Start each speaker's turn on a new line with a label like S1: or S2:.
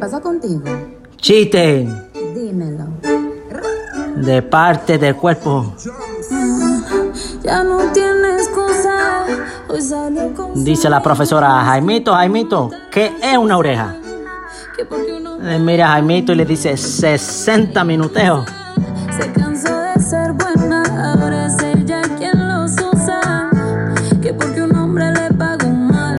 S1: pasó contigo?
S2: Chiste
S1: Dímelo.
S2: de parte del cuerpo.
S1: Ya no tienes cosa, hoy salió con
S2: Dice la profesora, Jaimito, Jaimito, ¿qué es una oreja? Eh,
S1: que porque uno
S2: Le mira a Jaimito y le dice, 60 minuteos.
S1: se cansó